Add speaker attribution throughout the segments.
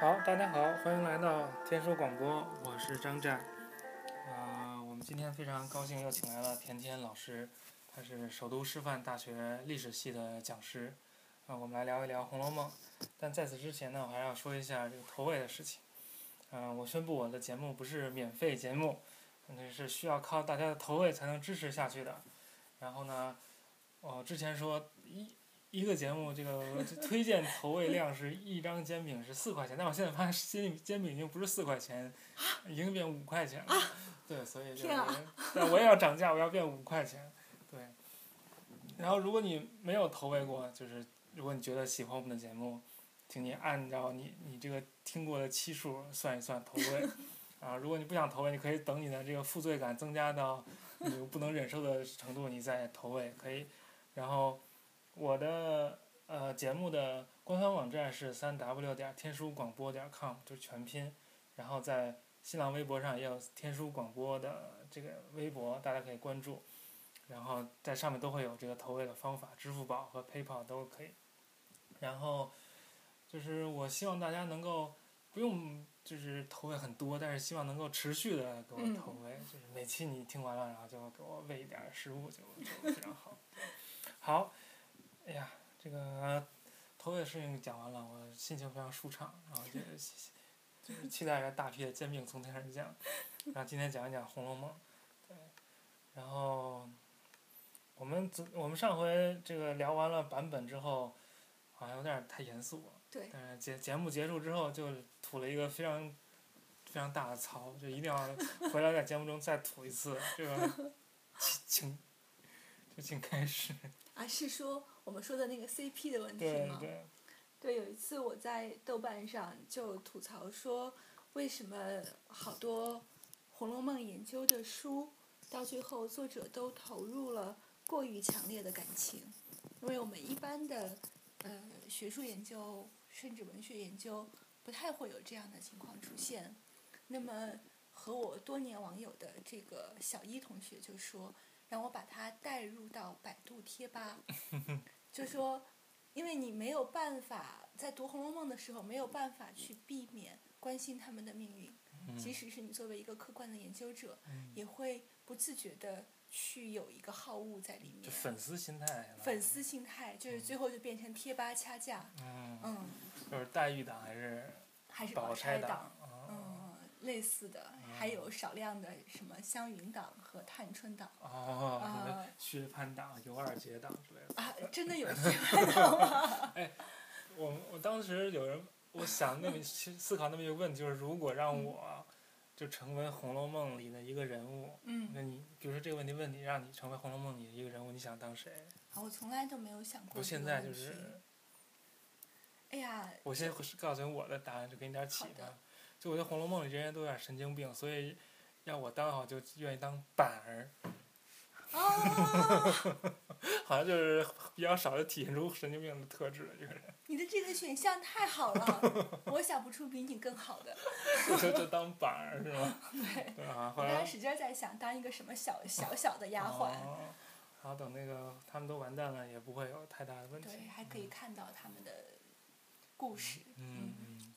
Speaker 1: 好，大家好，欢迎来到天说广播，我是张湛。啊、我们今天非常高兴又请来了田天老师，他是首都师范大学历史系的讲师。啊、我们来聊一聊《红楼梦》，但在此之前呢，我还要说一下这个投喂的事情。嗯、我宣布我的节目不是免费节目，那是需要靠大家的投喂才能支持下去的。然后呢，我、之前说一一个节目这个推荐投喂量是一张煎饼是四块钱，但我现在发现煎饼煎饼已经不是四块钱，已经变五块钱了。对，所以就是
Speaker 2: 天啊，
Speaker 1: 但我也要涨价，我要变五块钱。对。然后，如果你没有投喂过，就是如果你觉得喜欢我们的节目，请你按照你你这个听过的期数算一算投喂。啊，如果你不想投喂，你可以等你的这个负罪感增加到你不能忍受的程度，你再投喂可以。然后，我的呃节目的官方网站是三 w 点天书广播点 com，就是全拼。然后在新浪微博上也有天书广播的这个微博，大家可以关注。然后在上面都会有这个投喂的方法，支付宝和 PayPal 都可以。然后就是我希望大家能够不用就是投喂很多，但是希望能够持续的给我
Speaker 2: 嗯
Speaker 1: 投喂，就是每期你听完了，然后就给我喂一点儿食物就就非常好。好，哎呀，这个投喂的事情讲完了，我心情非常舒畅，然后也就是期待着大批的煎饼从天而 降。然后今天讲一讲《红楼梦》，对，然后我们昨我们上回这个聊完了版本之后，好像有点儿太严肃了。
Speaker 2: 对
Speaker 1: 但是节节目结束之后，就吐了一个非常非常大的槽，就一定要回来在节目中再吐一次。这个 请请就请开始。
Speaker 2: 啊，是说我们说的那个 CP 的问题
Speaker 1: 对
Speaker 2: 嗯吗？
Speaker 1: 对，
Speaker 2: 对有一次我在豆瓣上就吐槽说，为什么好多《红楼梦》研究的书，到最后作者都投入了过于强烈的感情，因为我们一般的呃学术研究甚至文学研究不太会有这样的情况出现。那么和我多年网友的这个小一同学就说，让我把他带入到百度贴吧，就说。因为你没有办法在读《红楼梦》的时候，没有办法去避免关心他们的命运，即使是你作为一个客观的研究者，
Speaker 1: 嗯
Speaker 2: 也会不自觉的去有一个好恶在里面
Speaker 1: 就。粉丝心态。
Speaker 2: 粉。丝心态就是最后就变成贴吧掐架，
Speaker 1: 嗯，
Speaker 2: 嗯，
Speaker 1: 就是黛玉党还是
Speaker 2: 还是
Speaker 1: 宝
Speaker 2: 钗
Speaker 1: 党嗯
Speaker 2: 党，？嗯，类似的，还有少量的什么湘云党和探春党
Speaker 1: 哦哦，什么
Speaker 2: 啊
Speaker 1: 薛蟠党、尤二姐党之类的。
Speaker 2: 啊，真的有这样的吗？
Speaker 1: 我我当时有人，我想那么去思考那么一个问题，就是如果
Speaker 2: 嗯
Speaker 1: 让我就成为《红楼梦》里的一个人物，
Speaker 2: 嗯，
Speaker 1: 那你比如说这个问题问你，让你成为《红楼梦》里的一个人物，你想当谁？
Speaker 2: 啊我从来都没有想过。
Speaker 1: 我现在就是，，
Speaker 2: 哎呀，
Speaker 1: 我先告诉你我的答案，就给你点启
Speaker 2: 好
Speaker 1: 发
Speaker 2: 的。
Speaker 1: 就我觉得《红楼梦》里这些人都有点神经病，所以要我当好就愿意当板儿，
Speaker 2: 哦，
Speaker 1: 好像就是比较少的体现出神经病的特质的一个人，
Speaker 2: 你的这个选项太好了， 我想不出比你更好的。
Speaker 1: 就就当板儿是吗？
Speaker 2: 对，
Speaker 1: 对啊，后
Speaker 2: 我
Speaker 1: 来
Speaker 2: 当时使劲儿在想当一个什么小小小的丫鬟，
Speaker 1: 哦然后等那个他们都完蛋了，也不会有太大的问题。
Speaker 2: 对，还可以看到他们的故事。
Speaker 1: 嗯嗯。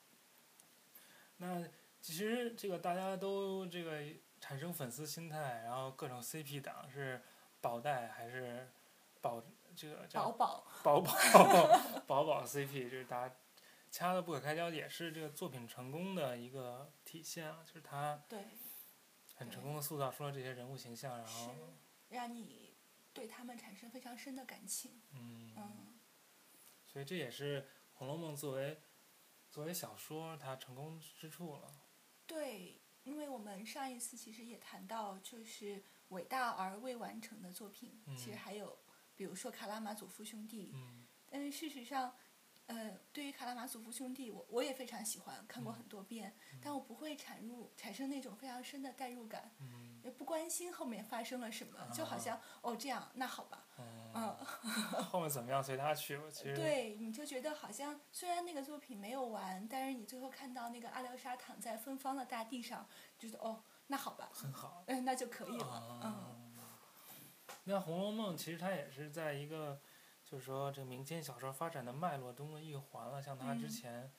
Speaker 1: 那其实这个大家都这个产生粉丝心态，然后各种 CP 党是宝黛还是宝这个
Speaker 2: 宝
Speaker 1: 叫
Speaker 2: 宝，
Speaker 1: 宝宝 宝宝 CP，就是大家掐的不可开交，也是这个作品成功的一个体现啊，就是他
Speaker 2: 对，
Speaker 1: 很成
Speaker 2: 对
Speaker 1: 功的塑造出了这些人物形象，然
Speaker 2: 是
Speaker 1: 后
Speaker 2: 让你对他们产生非常深的感情。嗯，
Speaker 1: 所以这也是《红楼梦》作为作为小说它成功之处了。
Speaker 2: 对，因为我们上一次其实也谈到，就是伟大而未完成的作品，其实
Speaker 1: 嗯
Speaker 2: 还有，比如说《卡拉马佐夫兄弟》
Speaker 1: 嗯
Speaker 2: 但是事实上，呃，对于《卡拉马佐夫兄弟》我，我也非常喜欢，看过很多遍，但我不会产入产生那种非常深的代入感，
Speaker 1: 嗯
Speaker 2: 也不关心后面发生了什么，就好像哦这样，那好吧，
Speaker 1: 嗯，
Speaker 2: 嗯，
Speaker 1: 后面怎么样随他去吧。其实，
Speaker 2: 对，你就觉得好像虽然那个作品没有完，但是你最后看到那个阿廖沙躺在芬芳的大地上，觉得哦那好吧，
Speaker 1: 很好。
Speaker 2: 嗯、那就可以了，嗯，
Speaker 1: 嗯，那《红楼梦》其实它也是在一个，就是说这个民间小说发展的脉络中的一环了。像它之
Speaker 2: 嗯
Speaker 1: 前，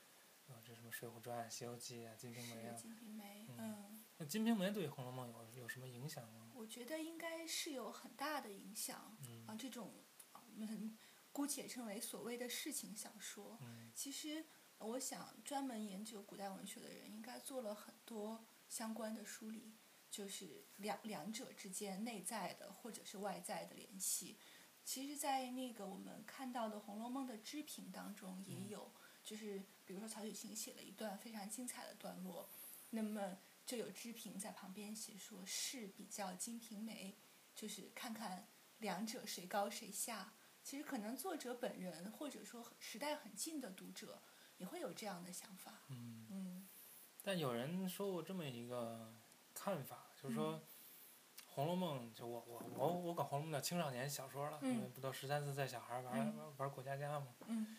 Speaker 1: 呃，这什么《水浒传》《西游记》啊，《金瓶梅》
Speaker 2: 是
Speaker 1: 啊。
Speaker 2: 金瓶梅，
Speaker 1: 嗯
Speaker 2: 嗯，
Speaker 1: 那《金瓶梅》对《红楼梦》有有什么影响吗？
Speaker 2: 我觉得应该是有很大的影响啊。
Speaker 1: 嗯
Speaker 2: 这种啊我们姑且称为所谓的事情小说，
Speaker 1: 嗯
Speaker 2: 其实呃我想专门研究古代文学的人应该做了很多相关的梳理，就是两两者之间内在的或者是外在的联系。其实，在那个我们看到的《红楼梦》的织品当中也
Speaker 1: 嗯
Speaker 2: 有，就是比如说曹雪芹写了一段非常精彩的段落，那么就有织评在旁边写说是比较《金瓶梅》，就是看看两者谁高谁下。其实可能作者本人或者说时代很近的读者也会有这样的想法。
Speaker 1: 嗯。
Speaker 2: 嗯
Speaker 1: 但有人说过这么一个看法，就是说，
Speaker 2: 嗯
Speaker 1: 红楼梦》就我我我我搞《红楼梦》的青少年小说了，
Speaker 2: 嗯
Speaker 1: 因为不都十三四岁小孩儿玩、
Speaker 2: 嗯
Speaker 1: 玩玩过家家嘛，
Speaker 2: 嗯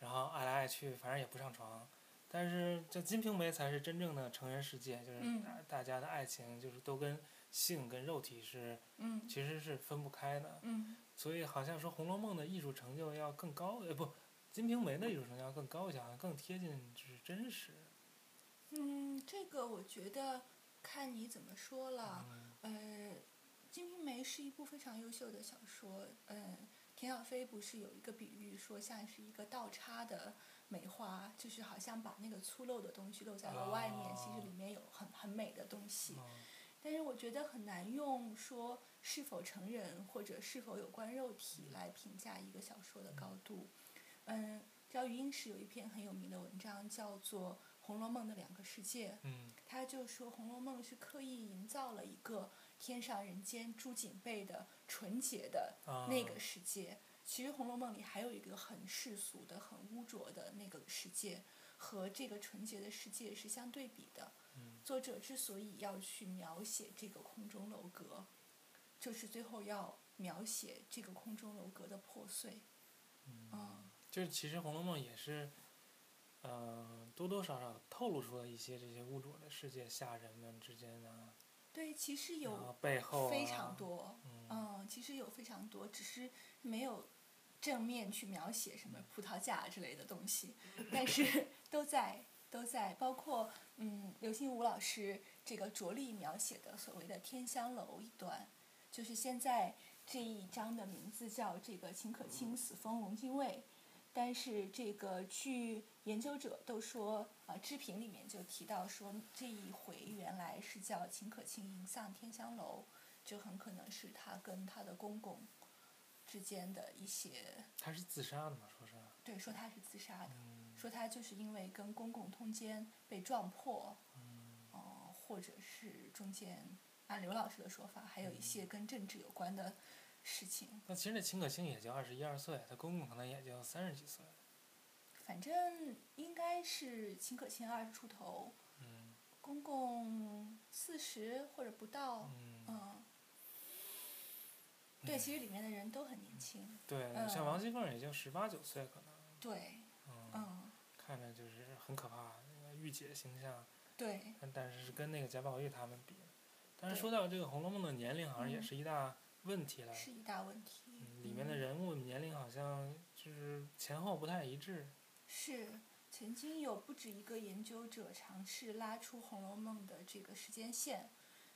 Speaker 1: 然后爱来爱去，反正也不上床。但是这《金瓶梅》才是真正的成人世界，就是
Speaker 2: 嗯
Speaker 1: 大大家的爱情就是都跟性跟肉体是
Speaker 2: 嗯
Speaker 1: 其实是分不开的。
Speaker 2: 嗯
Speaker 1: 所以好像说《红楼梦》的艺术成就要更高，呃不，《金瓶梅》的艺术成就要更高一些，好像更贴近就是真实。
Speaker 2: 嗯，这个我觉得看你怎么说了。
Speaker 1: 嗯
Speaker 2: 呃，《金瓶梅》是一部非常优秀的小说。嗯，田小飞不是有一个比喻说像是一个倒插的梅花，就是好像把那个粗陋的东西露在了外面，其实里面有很很美的东西。
Speaker 1: 哦
Speaker 2: 但是我觉得很难用说是否成人或者是否有关肉体来评价一个小说的高度。嗯，焦于英时有一篇很有名的文章叫做《红楼梦的两个世界》，
Speaker 1: 嗯
Speaker 2: 他就说《红楼梦》是刻意营造了一个天上人间朱景贝的纯洁的
Speaker 1: 啊
Speaker 2: 那个世界。其实《红楼梦》里还有一个很世俗的、很污浊的那个世界，和这个纯洁的世界是相对比的。
Speaker 1: 嗯
Speaker 2: 作者之所以要去描写这个空中楼阁，就是最后要描写这个空中楼阁的破碎。嗯
Speaker 1: 就是其实《红楼梦》也是，呃，多多少少透露出了一些这些污浊的世界下人们之间的，啊
Speaker 2: 对，其实
Speaker 1: 然
Speaker 2: 有
Speaker 1: 后背后、啊、
Speaker 2: 非常多，
Speaker 1: 嗯，
Speaker 2: 嗯，其实有非常多，只是没有正面去描写什么葡萄架之类的东西，但是都在都在，包括嗯，刘心武老师这个着力描写的所谓的天香楼一段，就是现在这一章的名字叫这个秦可卿死封隆京卫。但是这个据研究者都说，呃，知评里面就提到说，这一回原来是叫秦可卿迎上天香楼，就很可能是她跟她的公公之间的一些，
Speaker 1: 他是自杀的嘛，说是，
Speaker 2: 对，说她是自杀的，
Speaker 1: 嗯
Speaker 2: 哎说她就是因为跟公公通奸被撞破，
Speaker 1: 嗯
Speaker 2: 呃，或者是中间按刘老师的说法，还有一些跟政治有关的事情。
Speaker 1: 那其实那秦可卿也就二十一二岁，她公公可能也就三十几岁，
Speaker 2: 反正应该是秦可卿二十出头，
Speaker 1: 嗯
Speaker 2: 公公四十或者不到，
Speaker 1: 嗯，
Speaker 2: 嗯。对，其实里面的人都很年轻，
Speaker 1: 对，
Speaker 2: 嗯
Speaker 1: 像王熙凤也就十八九岁可能，
Speaker 2: 对，
Speaker 1: 嗯，
Speaker 2: 嗯，
Speaker 1: 看着就是很可怕，那个御姐形象，
Speaker 2: 对，
Speaker 1: 但但是是跟那个贾宝玉他们比，但是
Speaker 2: 对
Speaker 1: 说到这个《红楼梦》的年龄，好像也
Speaker 2: 嗯
Speaker 1: 是一大问题了。
Speaker 2: 是一大问题。
Speaker 1: 嗯，里面的
Speaker 2: 嗯
Speaker 1: 人物年龄好像就是前后不太一致。
Speaker 2: 是，曾经有不止一个研究者尝试拉出《红楼梦》的这个时间线，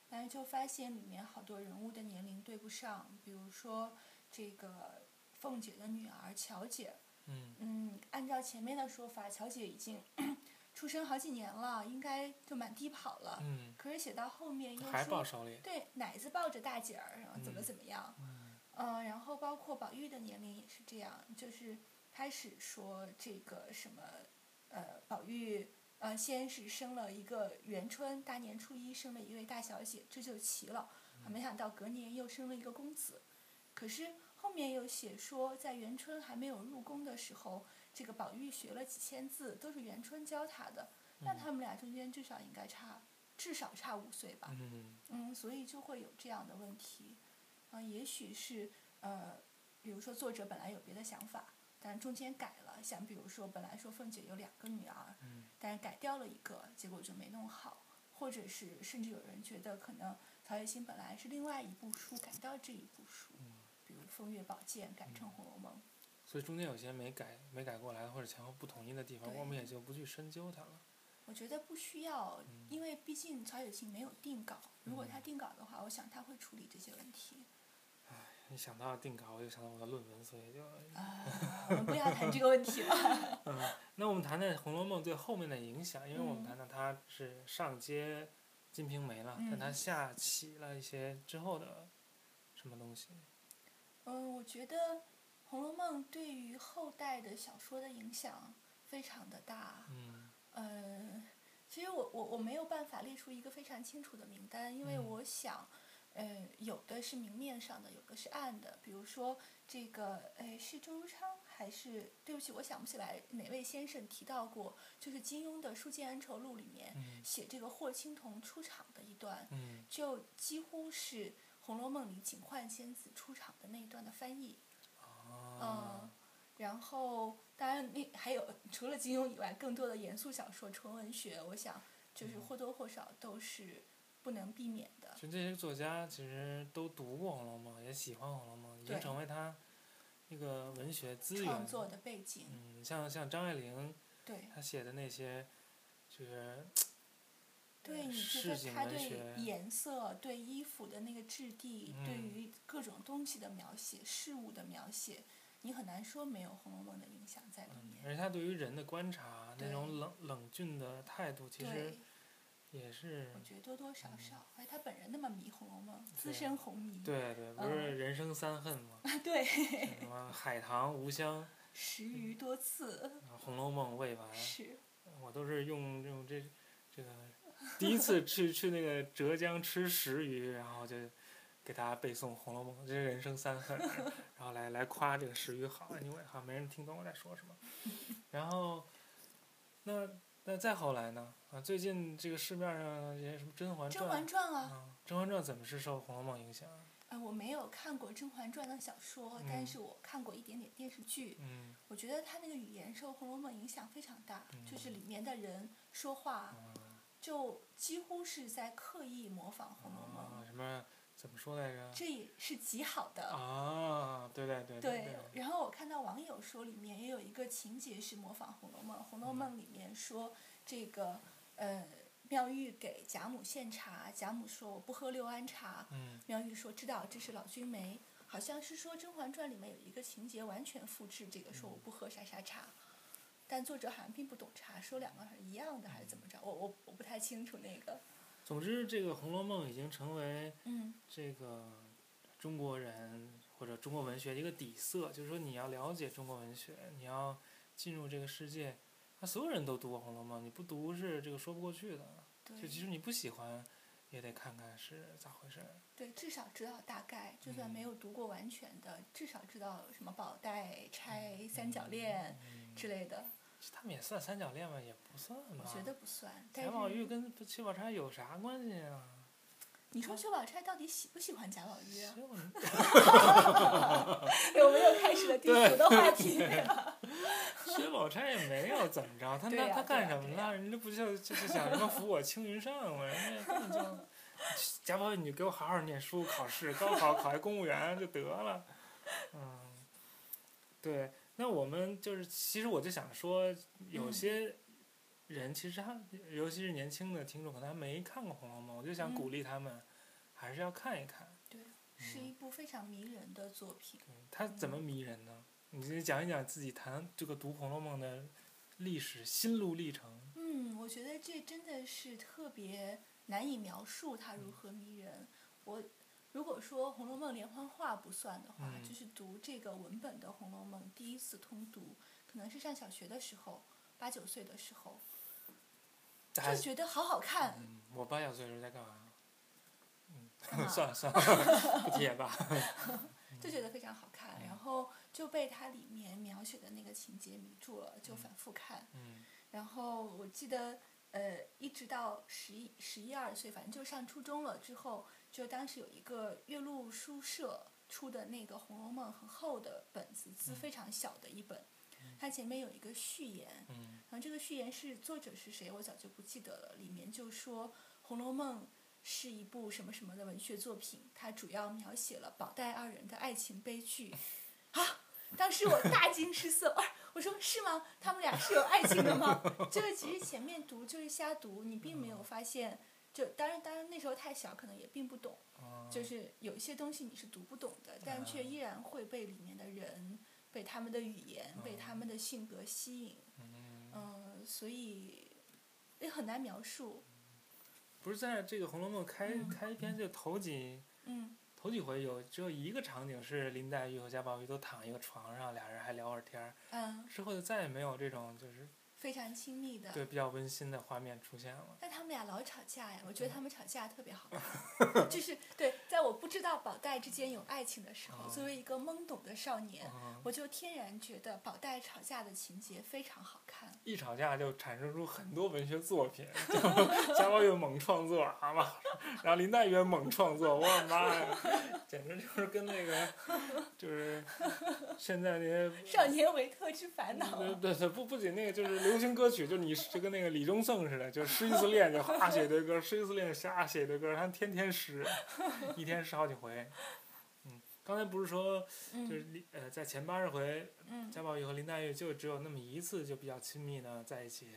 Speaker 2: 但是就发现里面好多人物的年龄对不上，比如说这个凤姐的女儿乔姐，
Speaker 1: 嗯
Speaker 2: 嗯，按照前面的说法，乔姐已经 出生好几年了，应该就满地跑了。
Speaker 1: 嗯，
Speaker 2: 可是写到后面又
Speaker 1: 还抱
Speaker 2: 说，
Speaker 1: 手里。
Speaker 2: 对，奶子抱着大姐儿，然后怎么
Speaker 1: 嗯
Speaker 2: 怎么样。
Speaker 1: 嗯
Speaker 2: 嗯，然后包括宝玉的年龄也是这样，就是开始说这个什么，呃，宝玉呃先是生了一个元春，大年初一生了一位大小姐，这就齐了。啊没想到隔年又生了一个公子，可是后面又写说，在元春还没有入宫的时候，这个宝玉学了几千字，都是元春教他的，那
Speaker 1: 嗯
Speaker 2: 他们俩中间至少应该差至少差五岁吧。
Speaker 1: 嗯
Speaker 2: 嗯，所以就会有这样的问题，啊、也许是呃，比如说作者本来有别的想法，但中间改了，像比如说本来说凤姐有两个女儿，
Speaker 1: 嗯
Speaker 2: 但是改掉了一个，结果就没弄好，或者是甚至有人觉得可能曹雪芹本来是另外一部书改到这一部书，
Speaker 1: 嗯，
Speaker 2: 比如《风月宝鉴》改成《红楼梦》，
Speaker 1: 所以中间有些没改没改过来或者前后不统一的地方，
Speaker 2: 对
Speaker 1: 我们也就不去深究它了。嗯
Speaker 2: 我觉得不需要，因为毕竟曹雪芹没有定稿，如果他定稿的话，我想他会处理这些问题。
Speaker 1: 一想到定稿，我就想到我的论文，所以就……
Speaker 2: 啊，我们不要谈这个问题了。
Speaker 1: 那我们谈谈《红楼梦》对后面的影响，因为我们
Speaker 2: 嗯
Speaker 1: 谈到它是上接《金瓶梅》了，但它
Speaker 2: 嗯
Speaker 1: 下起了一些之后的什么东西。
Speaker 2: 嗯，我觉得《红楼梦》对于后代的小说的影响非常的大。
Speaker 1: 嗯
Speaker 2: 嗯，其实我我我没有办法列出一个非常清楚的名单，因为
Speaker 1: 嗯
Speaker 2: 我想，嗯，有的是明面上的，有的是暗的。比如说这个，哎，是周如昌还是对不起，我想不起来哪位先生提到过，就是金庸的《书剑恩仇录》里面
Speaker 1: 嗯
Speaker 2: 写这个霍青桐出场的一段，
Speaker 1: 嗯，
Speaker 2: 就几乎是《红楼梦》里警幻仙子出场的那一段的翻译。嗯
Speaker 1: 哦，，
Speaker 2: 然后当然那还有除了金庸以外，更多的严肃小说、纯文学，我想
Speaker 1: 嗯
Speaker 2: 就是或多或少都是不能避免的。
Speaker 1: 就这些作家其实都读过《红楼梦》，也喜欢《红楼梦》，已经
Speaker 2: 对
Speaker 1: 成为他一个文学资源。
Speaker 2: 创作的背景，
Speaker 1: 嗯，像像张爱玲
Speaker 2: 对
Speaker 1: 她写的那些，就是
Speaker 2: 对，你觉
Speaker 1: 市
Speaker 2: 得
Speaker 1: 井
Speaker 2: 他
Speaker 1: 文
Speaker 2: 对
Speaker 1: 学
Speaker 2: 颜色、对衣服的那个质地、对
Speaker 1: 嗯
Speaker 2: 于各种东西的描写、事物的描写，你很难说没有《红楼梦》的影响在里
Speaker 1: 嗯，
Speaker 2: 面。
Speaker 1: 而且她对于人的观察，那
Speaker 2: 对
Speaker 1: 种冷冷峻的态度，其实
Speaker 2: 对，
Speaker 1: 也是
Speaker 2: 我觉得多多少
Speaker 1: 嗯
Speaker 2: 少，而且他本人那么迷《红楼梦》，资
Speaker 1: 对
Speaker 2: 深红迷，
Speaker 1: 对对，不
Speaker 2: 嗯
Speaker 1: 是人生三恨 吗？
Speaker 2: 对，
Speaker 1: 什么海棠、无香、
Speaker 2: 十余多次，
Speaker 1: 啊红楼梦未完，
Speaker 2: 是。
Speaker 1: 我都是用用这这个第一次去去那个浙江吃石鱼，然后就给大家背诵《红楼梦》，这是人生三恨， 然后来来夸这个石鱼好，因为好像没人听懂我在说 什么。然后，那那再后来呢？啊，最近这个市面上这些什么《甄嬛传
Speaker 2: 《甄》嬛传》啊，
Speaker 1: 啊，《甄嬛传》怎么是受《红楼梦》影响啊？
Speaker 2: 呃，我没有看过《甄嬛传》的小说，
Speaker 1: 嗯
Speaker 2: 但是我看过一点点电视剧。
Speaker 1: 嗯
Speaker 2: 我觉得它那个语言受《红楼梦》影响非常大，就是
Speaker 1: 嗯
Speaker 2: 里面的人说话
Speaker 1: 嗯。
Speaker 2: 就几乎是在刻意模仿《红楼梦
Speaker 1: 啊，》，什么怎么说来着？
Speaker 2: 这也是极好的。
Speaker 1: 啊，对对对
Speaker 2: 对
Speaker 1: 对，，
Speaker 2: 然后我看到网友说里面也有一个情节是模仿《红楼梦》，《红楼
Speaker 1: 嗯
Speaker 2: 梦》里面说这个呃妙玉给贾母献茶，贾母说我不喝六安茶，
Speaker 1: 嗯
Speaker 2: 妙玉说：“知道，这是老君梅。”好像是说《甄嬛传》里面有一个情节完全复制这个，说
Speaker 1: 嗯
Speaker 2: 我不喝啥啥茶，但作者好像并不懂茶，说两个是一样的还是怎么着？我我我不太清楚那个。
Speaker 1: 总之，这个《红楼梦》已经成为
Speaker 2: 嗯
Speaker 1: 这个中国人或者中国文学的一个底色，就是说你要了解中国文学，你要进入这个世界，那所有人都读过《红楼梦》，你不读是这个说不过去的。
Speaker 2: 对
Speaker 1: 就即使你不喜欢，也得看看是咋回事儿。
Speaker 2: 对，至少知道大概，就
Speaker 1: 嗯
Speaker 2: 算没有读过完全的，至少知道什么宝黛、钗、哎三角恋
Speaker 1: 嗯，
Speaker 2: 之类的。
Speaker 1: 他们也算三角恋吗？也不算吧。
Speaker 2: 我觉得不算。但
Speaker 1: 贾宝玉
Speaker 2: 是
Speaker 1: 跟薛宝钗有啥关系啊？
Speaker 2: 你说薛宝钗到底喜不喜欢贾宝玉 啊？
Speaker 1: 薛宝钗
Speaker 2: 哎我们又开始了低俗的 话题。
Speaker 1: 薛宝钗也没有怎么着，她
Speaker 2: 对
Speaker 1: 那
Speaker 2: 呀
Speaker 1: 她干
Speaker 2: 对呀
Speaker 1: 什么
Speaker 2: 对呀
Speaker 1: 了？人家不就就就想什么扶我青云上吗？ 人家根本就哎贾宝玉，你就给我好好念书，考试高考考一公务员就得了。 嗯，对，那我们就是其实我就想说，有
Speaker 2: 嗯
Speaker 1: 些人其实他尤其是年轻的听众，可能还没看过《红楼梦》，我就想
Speaker 2: 嗯
Speaker 1: 鼓励他们，还是要看一看。嗯
Speaker 2: 对，是一部非常迷人的作品。
Speaker 1: 对，它怎么迷人呢？你讲一讲自己谈这个读《红楼梦》的历史心路历程。
Speaker 2: 嗯，我觉得这真的是特别难以描述它
Speaker 1: 嗯
Speaker 2: 如何迷人。我如果说《红楼梦》连环画不算的话，
Speaker 1: 嗯
Speaker 2: 就是读这个文本的《红楼梦》，第一次通读，可能是上小学的时候，八九岁的时候，
Speaker 1: 大家
Speaker 2: 就觉得好好看。
Speaker 1: 嗯，我八小岁的时候在干嘛？嗯
Speaker 2: 干嘛
Speaker 1: 算了算 了，不提也罢。
Speaker 2: 就觉得非常好看，
Speaker 1: 嗯
Speaker 2: 然后就被它里面描写的那个情节迷住了，就反复看。
Speaker 1: 嗯
Speaker 2: 然后我记得，呃，一直到十一、十一二岁，反正就上初中了之后，就当时有一个岳麓书社出的那个《红楼梦》很厚的本子，字非常小的一本，它前面有一个序言，
Speaker 1: 嗯
Speaker 2: 然后这个序言是作者是谁，我早就不记得了，里面就说《红楼梦》。是一部什么什么的文学作品，它主要描写了宝黛二人的爱情悲剧，啊，当时我大惊失色， 啊我说是吗？他们俩是有爱情的吗？ 这个其实前面读就是瞎读，你并没有发现。就当然，当然那时候太小，可能也并不懂。
Speaker 1: 啊
Speaker 2: 就是有一些东西你是读不懂的，但却依然会被里面的人、被他们的语言、被他们的性格吸引。
Speaker 1: 嗯
Speaker 2: 嗯，所以也很难描述。
Speaker 1: 不是在这个《红楼梦》开
Speaker 2: 嗯
Speaker 1: 开篇就头几
Speaker 2: 嗯
Speaker 1: 头几回有只有一个场景是林黛玉和贾宝玉都躺一个床上，俩人还聊会儿天儿，
Speaker 2: 嗯，
Speaker 1: 之后就再也没有这种就是
Speaker 2: 非常亲密的。
Speaker 1: 对比较温馨的画面出现了。
Speaker 2: 但他们俩老吵架呀，我
Speaker 1: 嗯
Speaker 2: 觉得他们吵架特别 好，就是对，在我不知道宝黛之间有爱情的时候，
Speaker 1: 哦
Speaker 2: 作为一个懵懂的少年，
Speaker 1: 嗯，
Speaker 2: 我就天然觉得宝黛吵架的情节非常好看。
Speaker 1: 一吵架就产生出很多文学作品，就 贾宝玉猛创作啊嘛，然后林黛玉也猛创作，我的妈呀，简直就是跟那个就是现在那些
Speaker 2: 少年维特之烦恼，
Speaker 1: 对对对，不不仅那个就是流行歌曲，就你就跟那个李宗盛似的，就诗一次练就哈写一堆歌，诗一次练瞎写一堆歌，他天天诗，一天诗好几回。嗯，刚才不是说就是
Speaker 2: 嗯
Speaker 1: 李呃，在前八十回，
Speaker 2: 嗯
Speaker 1: 贾宝玉和林黛玉就只有那么一次就比较亲密的在一起，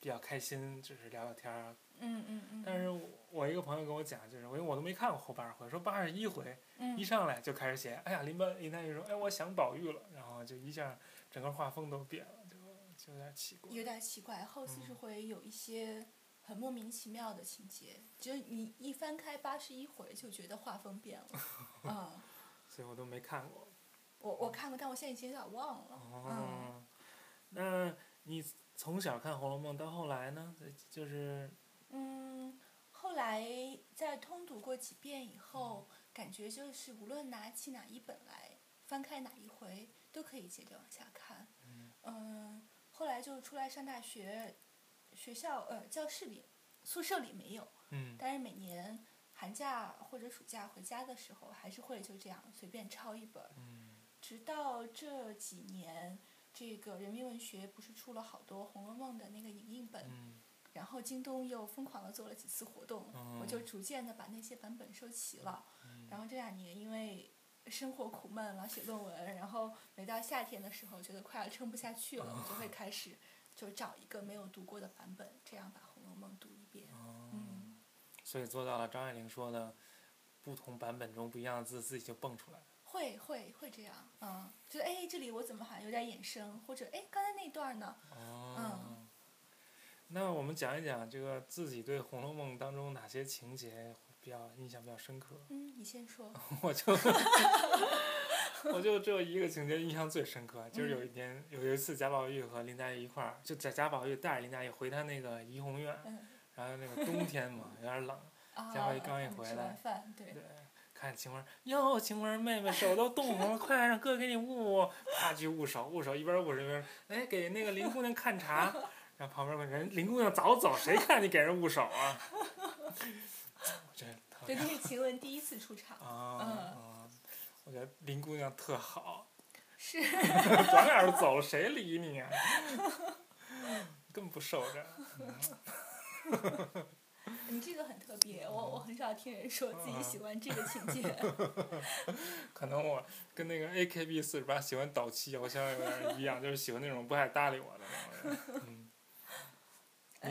Speaker 1: 比较开心，就是聊聊天儿。
Speaker 2: 嗯嗯嗯，
Speaker 1: 但是我一个朋友跟我讲，就是因为我都没看过后八十回，说八十一回
Speaker 2: 嗯
Speaker 1: 一上来就开始写，哎呀，林黛林黛玉说，哎，我想宝玉了，然后就一下整个画风都变了，就就有点奇怪。
Speaker 2: 有点奇怪，后四
Speaker 1: 嗯
Speaker 2: 十回有一些很莫名其妙的情节，就是你一翻开八十一回就觉得画风变了。嗯，
Speaker 1: 所以我都没看过。
Speaker 2: 我我看过，但我现在已经有点忘了。嗯
Speaker 1: 哦，那你从小看《红楼梦》到后来呢？就是
Speaker 2: 嗯，后来在通读过几遍以后，感觉就是无论拿起哪一本来，翻开哪一回，都可以接着往下看。
Speaker 1: 嗯
Speaker 2: 嗯，后来就出来上大学，学校呃教室里、宿舍里没有，
Speaker 1: 嗯
Speaker 2: 但是每年寒假或者暑假回家的时候，还是会就这样随便抄一本儿。
Speaker 1: 嗯
Speaker 2: 直到这几年，这个人民文学不是出了好多《红楼梦》的那个影印本，
Speaker 1: 嗯
Speaker 2: 然后京东又疯狂的做了几次活动，我就
Speaker 1: 嗯
Speaker 2: 逐渐的把那些版本收齐了。
Speaker 1: 嗯
Speaker 2: 然后这两年因为生活苦闷，老写论文，然后每到夏天的时候，觉得快要撑不下去了，我就
Speaker 1: 嗯
Speaker 2: 会开始就找一个没有读过的版本，这样把《红楼梦》读一遍。
Speaker 1: 哦
Speaker 2: 嗯，
Speaker 1: 所以做到了张爱玲说的，不同版本中不一样的字自己就蹦出来了。
Speaker 2: 会会会这样，嗯，就是哎，这里我怎么好像有点衍生，或者哎，刚才那段呢？
Speaker 1: 哦。
Speaker 2: 嗯
Speaker 1: 那我们讲一讲这个自己对《红楼梦》当中哪些情节比较印象比较深刻？
Speaker 2: 嗯，你先说。
Speaker 1: 我就 我就只有一个情节印象最深刻，就是有一天
Speaker 2: 嗯
Speaker 1: 有一次贾宝玉和林黛玉一块儿，就贾贾宝玉带着林黛玉回他那个怡红院，
Speaker 2: 嗯，
Speaker 1: 然后那个冬天嘛有点冷，
Speaker 2: 啊，
Speaker 1: 嘉慧刚一
Speaker 2: 嗯
Speaker 1: 回
Speaker 2: 吃
Speaker 1: 来
Speaker 2: 完饭，对
Speaker 1: 对，，看晴雯儿哟晴雯儿妹妹手都冻红了， 快让哥给你捂捂，啪去捂手捂手，一边捂手一边哎给那个林姑娘看 茶，然后旁边问人林姑娘早走，谁看你给人捂手啊？ 我觉得特
Speaker 2: 对，那是晴雯第一次出场，
Speaker 1: 啊、嗯我觉得林姑娘特好。
Speaker 2: 是，
Speaker 1: 早点儿走，谁理你啊？ 更不受 着。
Speaker 2: 你这个很特别，我我很少听人说自
Speaker 1: 嗯
Speaker 2: 己喜欢这个情节，
Speaker 1: 可能我跟那个 AKB 四十八喜欢倒气邮箱有点儿一样，就是喜欢那种不爱搭理我的那种 人。嗯，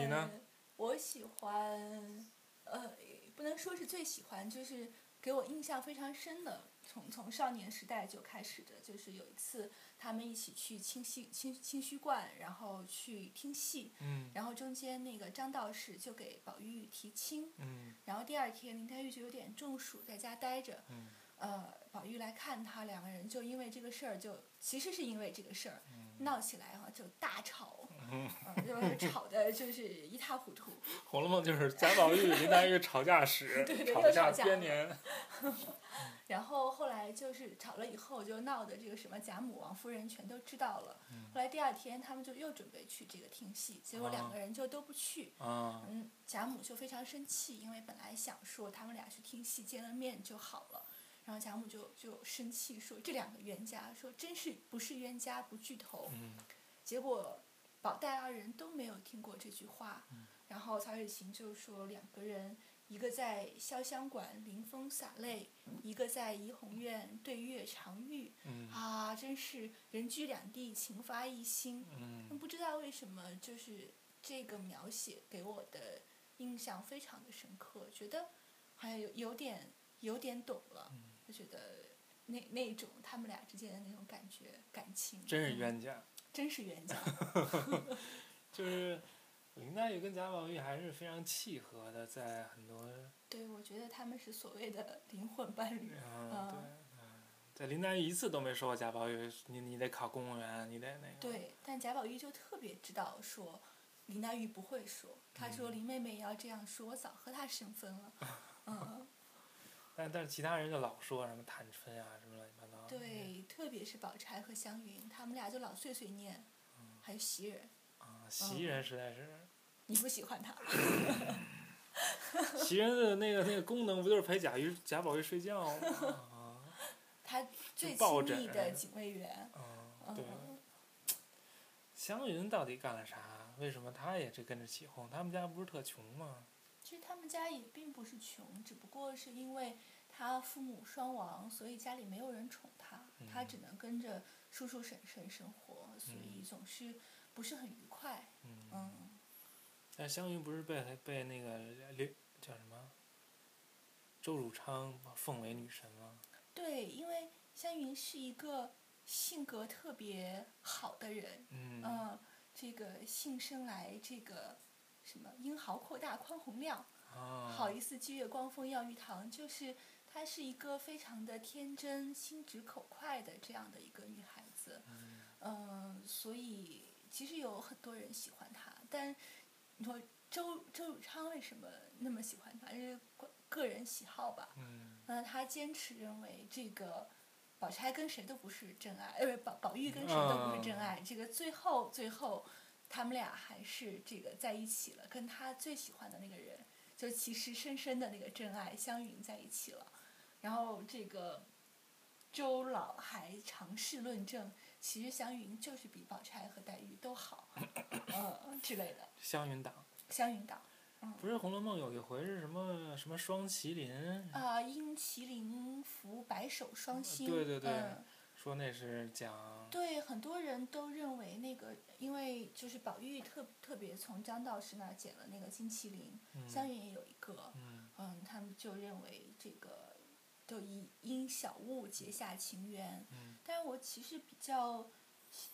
Speaker 1: 你呢
Speaker 2: 呃？我喜欢，呃，不能说是最喜欢，就是给我印象非常深的，从从少年时代就开始的，就是有一次他们一起去清溪清清虚观，然后去听戏，
Speaker 1: 嗯
Speaker 2: 然后中间那个张道士就给宝玉提亲，
Speaker 1: 嗯
Speaker 2: 然后第二天林黛玉就有点中暑，在家待着，
Speaker 1: 嗯
Speaker 2: 呃，宝玉来看他，两个人就因为这个事儿就其实是因为这个事儿
Speaker 1: 嗯，
Speaker 2: 闹起来哈，就大吵，
Speaker 1: 嗯
Speaker 2: 嗯，就是 吵的就是一塌糊涂。
Speaker 1: 《红楼梦》就是贾宝玉、林黛玉吵架史
Speaker 2: 对，对
Speaker 1: 吵
Speaker 2: 又
Speaker 1: 架
Speaker 2: 吵架
Speaker 1: 编年。
Speaker 2: 然后后来就是吵了以后，就闹的这个什么贾母、王夫人全都知道了。后来第二天他们就又准备去这个听戏，结果两
Speaker 1: 哦
Speaker 2: 个人就都不去。
Speaker 1: 啊
Speaker 2: 嗯，贾母就非常生气，因为本来想说他们俩去听戏见了面就好了，然后贾母就就生气说这两个冤家，说真是不是冤家不聚头。
Speaker 1: 嗯
Speaker 2: 结果
Speaker 1: 嗯
Speaker 2: 宝黛二人都没有听过这句话，然后曹雪芹就说两个人一个在潇湘馆临风洒泪，一个在怡红院对月长玉。
Speaker 1: 嗯
Speaker 2: 啊，真是人居两地，情发一心。
Speaker 1: 嗯
Speaker 2: 嗯不知道为什么，就是这个描写给我的印象非常的深刻，觉得好像有有点有点懂了，就觉得那那种他们俩之间的那种感觉感情，
Speaker 1: 真是
Speaker 2: 嗯，
Speaker 1: 冤家。
Speaker 2: 真是冤家，
Speaker 1: 就是林黛玉跟贾宝玉还是非常契合的，在很多
Speaker 2: 对我觉得他们是所谓的灵魂伴侣，
Speaker 1: 嗯对。嗯对，林黛玉一次都没说过贾宝玉，你你得考公务员，你得那个。
Speaker 2: 对，但贾宝玉就特别知道说，林黛玉不会说，他
Speaker 1: 嗯
Speaker 2: 说林妹妹要这样说，我早和她生 分了，嗯。
Speaker 1: 但但是其他人就老说什么探春啊，什么乱七八糟。。
Speaker 2: 对，特别是宝钗和湘云，他们俩就老碎碎念，
Speaker 1: 嗯
Speaker 2: 还有袭人，
Speaker 1: 啊，袭人实在是，
Speaker 2: 你不喜欢他？
Speaker 1: 袭人的那个那个功能不就是陪贾玉贾宝玉睡觉吗？啊
Speaker 2: 他最
Speaker 1: 抱
Speaker 2: 亲密
Speaker 1: 枕
Speaker 2: 的警卫员，
Speaker 1: 啊，对。
Speaker 2: 嗯，
Speaker 1: 湘云到底干了啥？为什么她也这跟着起哄？他们家不是特穷吗？
Speaker 2: 其实他们家也并不是穷，只不过是因为他父母双亡，所以家里没有人宠他，他
Speaker 1: 嗯
Speaker 2: 只能跟着叔叔婶婶生活，所以
Speaker 1: 嗯
Speaker 2: 总是不是很愉快，
Speaker 1: 嗯。
Speaker 2: 嗯，
Speaker 1: 但湘云不是被被那个刘叫什么周汝昌奉为女神吗？
Speaker 2: 对，因为湘云是一个性格特别好的人，
Speaker 1: 嗯
Speaker 2: 呃，这个性生来这个什么英豪阔大宽宏亮，
Speaker 1: 啊，
Speaker 2: 好意思居月光风耀玉堂，就是她是一个非常的天真、心直口快的这样的一个女孩子，
Speaker 1: 嗯
Speaker 2: 嗯、所以其实有很多人喜欢她，但你说周周汝昌为什么那么喜欢她？这是个个人喜好吧。
Speaker 1: 嗯，
Speaker 2: 那他坚持认为这个宝钗跟谁都不是真爱，呃，宝宝玉跟谁都不是真
Speaker 1: 嗯
Speaker 2: 爱。这个最后最后，他们俩还是这个在一起了，跟他最喜欢的那个人，就其实深深的那个真爱湘云在一起了。然后这个周老还尝试论证，其实湘云就是比宝钗和黛玉都好，呃之类的。
Speaker 1: 湘云党
Speaker 2: 湘云党
Speaker 1: 不是《红楼梦》有一回是什么什么双麒麟，
Speaker 2: 啊、因麒麟服白首双馨，
Speaker 1: 对对对
Speaker 2: 嗯
Speaker 1: 说那是讲
Speaker 2: 对，很多人都认为那个，因为就是宝玉特特别从张道士那儿捡了那个金麒麟，湘
Speaker 1: 嗯
Speaker 2: 云也有一个，
Speaker 1: 嗯
Speaker 2: 嗯，他们就认为这个都以因小物结下情缘。
Speaker 1: 嗯
Speaker 2: 但是我其实比较，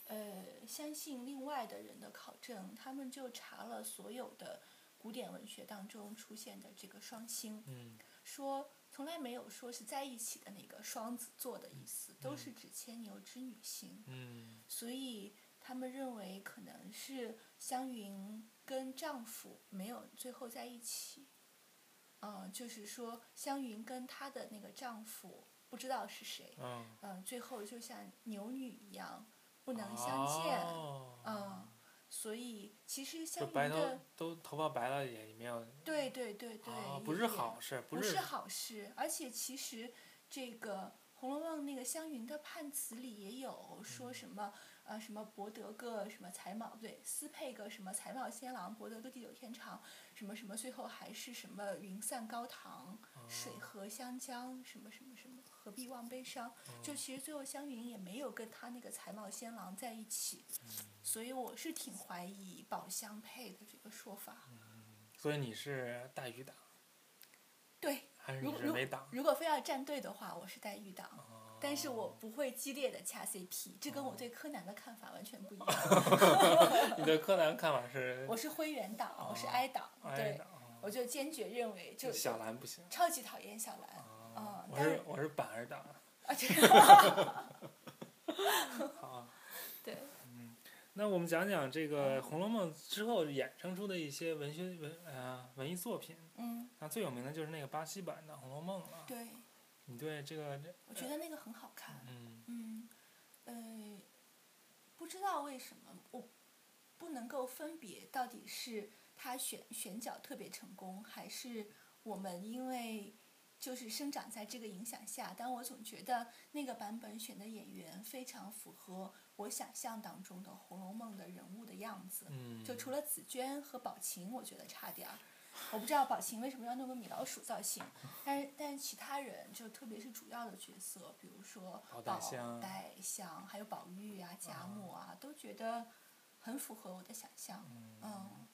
Speaker 2: 呃，相信另外的人的考证，他们就查了所有的古典文学当中出现的这个双星，
Speaker 1: 嗯
Speaker 2: 说从来没有说是在一起的那个双子座的意思，都是指牵牛织女星。
Speaker 1: 嗯
Speaker 2: 所以他们认为可能是湘云跟丈夫没有最后在一起，嗯、就是说湘云跟她的那个丈夫不知道是谁，
Speaker 1: 嗯，
Speaker 2: 嗯、最后就像牛女一样不能相见，嗯、
Speaker 1: 哦
Speaker 2: 所以其
Speaker 1: 就
Speaker 2: 实湘云
Speaker 1: 白头
Speaker 2: 的
Speaker 1: 都头发白了也没有
Speaker 2: 对对对对，
Speaker 1: 啊，
Speaker 2: 也
Speaker 1: 不是
Speaker 2: 也
Speaker 1: 好事，
Speaker 2: 不
Speaker 1: 是
Speaker 2: 是好事，而且其实这个《红楼梦》那个湘云的判词里也有说什么、呃什么博得个什么才貌不对，私配个什么才貌仙郎，博得个地久天长，什么什么，最后还是什么云散高堂，
Speaker 1: 嗯哦
Speaker 2: 水河湘江，什么什么什么，何必忘悲伤？
Speaker 1: 嗯哦
Speaker 2: 就其实最后湘云也没有跟她那个才貌仙郎在一起，所以我是挺怀疑宝相配的这个说法。
Speaker 1: 嗯所以你是大鱼党
Speaker 2: 对，
Speaker 1: 还是
Speaker 2: 如
Speaker 1: 你
Speaker 2: 果
Speaker 1: 是
Speaker 2: 如
Speaker 1: 没党？
Speaker 2: 如果非要站队的话，我是带御党，
Speaker 1: 哦
Speaker 2: 但是我不会激烈的掐 CP，这跟我对柯南的看法完全不一样。
Speaker 1: 哦你对柯南看法是
Speaker 2: 我是灰原党，我是
Speaker 1: 哦
Speaker 2: I 党，
Speaker 1: 哎
Speaker 2: 对
Speaker 1: 的，哦
Speaker 2: 我就坚决认为就
Speaker 1: 小兰不行。
Speaker 2: 超级讨厌小兰
Speaker 1: 哦
Speaker 2: 嗯
Speaker 1: 我
Speaker 2: 但
Speaker 1: 是
Speaker 2: 是
Speaker 1: 我是板 儿党。
Speaker 2: 啊，这
Speaker 1: 好，嗯
Speaker 2: 对，
Speaker 1: 那我们讲讲这个《红楼梦》之后衍生出的一些文学文呃文艺作品。
Speaker 2: 嗯，
Speaker 1: 那最有名的就是那个巴西版的《红楼梦》了。
Speaker 2: 对，
Speaker 1: 你对这个
Speaker 2: 我觉得那个很好看，
Speaker 1: 嗯
Speaker 2: 嗯，呃，不知道为什么我不能够分别到底是他选选角特别成功，还是我们因为就是生长在这个影响下，但我总觉得那个版本选的演员非常符合我想象当中的《红楼梦》的人物的样子。
Speaker 1: 嗯，
Speaker 2: 就除了紫娟和宝琴，我觉得差点儿，我不知道宝琴为什么要弄个米老鼠造型，但是但是其他人就特别是主要的角色，比如说
Speaker 1: 宝
Speaker 2: 宝
Speaker 1: 黛香
Speaker 2: 黛香，还有宝玉啊、贾母啊，都觉得很符合我的想象。嗯，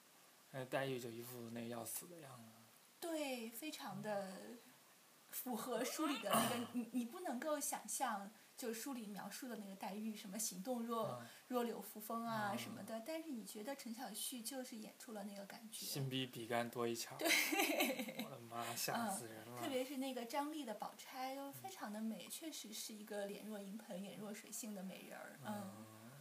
Speaker 1: 那黛玉就一副那要死的样子。
Speaker 2: 对，非常的符合书里的那个，你你不能够想象，就书里描述的那个黛玉什么行动若
Speaker 1: 嗯
Speaker 2: 若柳扶风啊
Speaker 1: 嗯
Speaker 2: 什么的，但是你觉得陈小旭就是演出了那个感觉。
Speaker 1: 心比比干多一窍。我的妈，吓死人了！
Speaker 2: 嗯特别是那个张丽的宝钗，又非常的美，确实是一个脸若银盆、眼若水性的美人儿。嗯，
Speaker 1: 嗯，